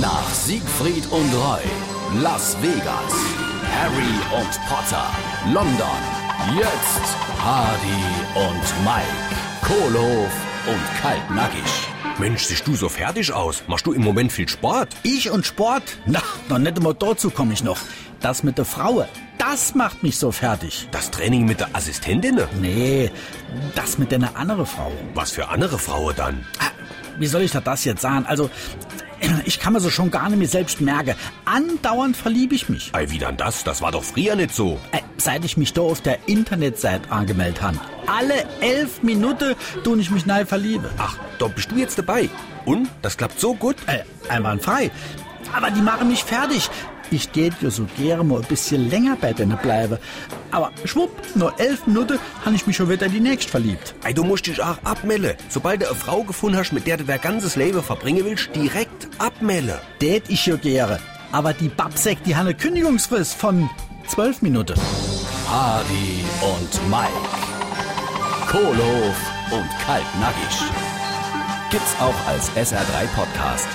Nach Siegfried und Roy, Las Vegas, Harry und Potter, London, jetzt Hardy und Mike, Kohlehof und Kaltnackig. Mensch, siehst du so fertig aus. Machst du im Moment viel Sport? Ich und Sport? Na, noch nicht einmal dazu komme ich noch. Das mit der Frau, das macht mich so fertig. Das Training mit der Assistentin? Nee, das mit einer anderen Frau. Was für andere Frauen dann? Ah, Wie soll ich da das jetzt sagen? Also, ich kann mir so schon gar nicht mehr selbst merken. Andauernd verliebe ich mich. Ei, wie dann das? Das war doch früher nicht so. Äh, Seit ich mich da auf der Internetseite angemeldet habe. Alle elf Minuten tun ich mich neu verliebe. Ach, da bist du jetzt dabei. Und? Das klappt so gut? Äh, einwandfrei. Aber die machen mich fertig. Ich tät ja so gerne mal ein bisschen länger bei denen bleibe. Aber schwupp, nur elf Minuten habe ich mich schon wieder in die nächste verliebt. Ei, du musst dich auch abmelden. Sobald du eine Frau gefunden hast, mit der du dein ganzes Leben verbringen willst, direkt abmelden. Tät ich ja gerne. Aber die Babsek, die hat eine Kündigungsfrist von zwölf Minuten. Hardy und Mike, Kohlehof und Kaltnackig. Gibt's auch als SR3 Podcast.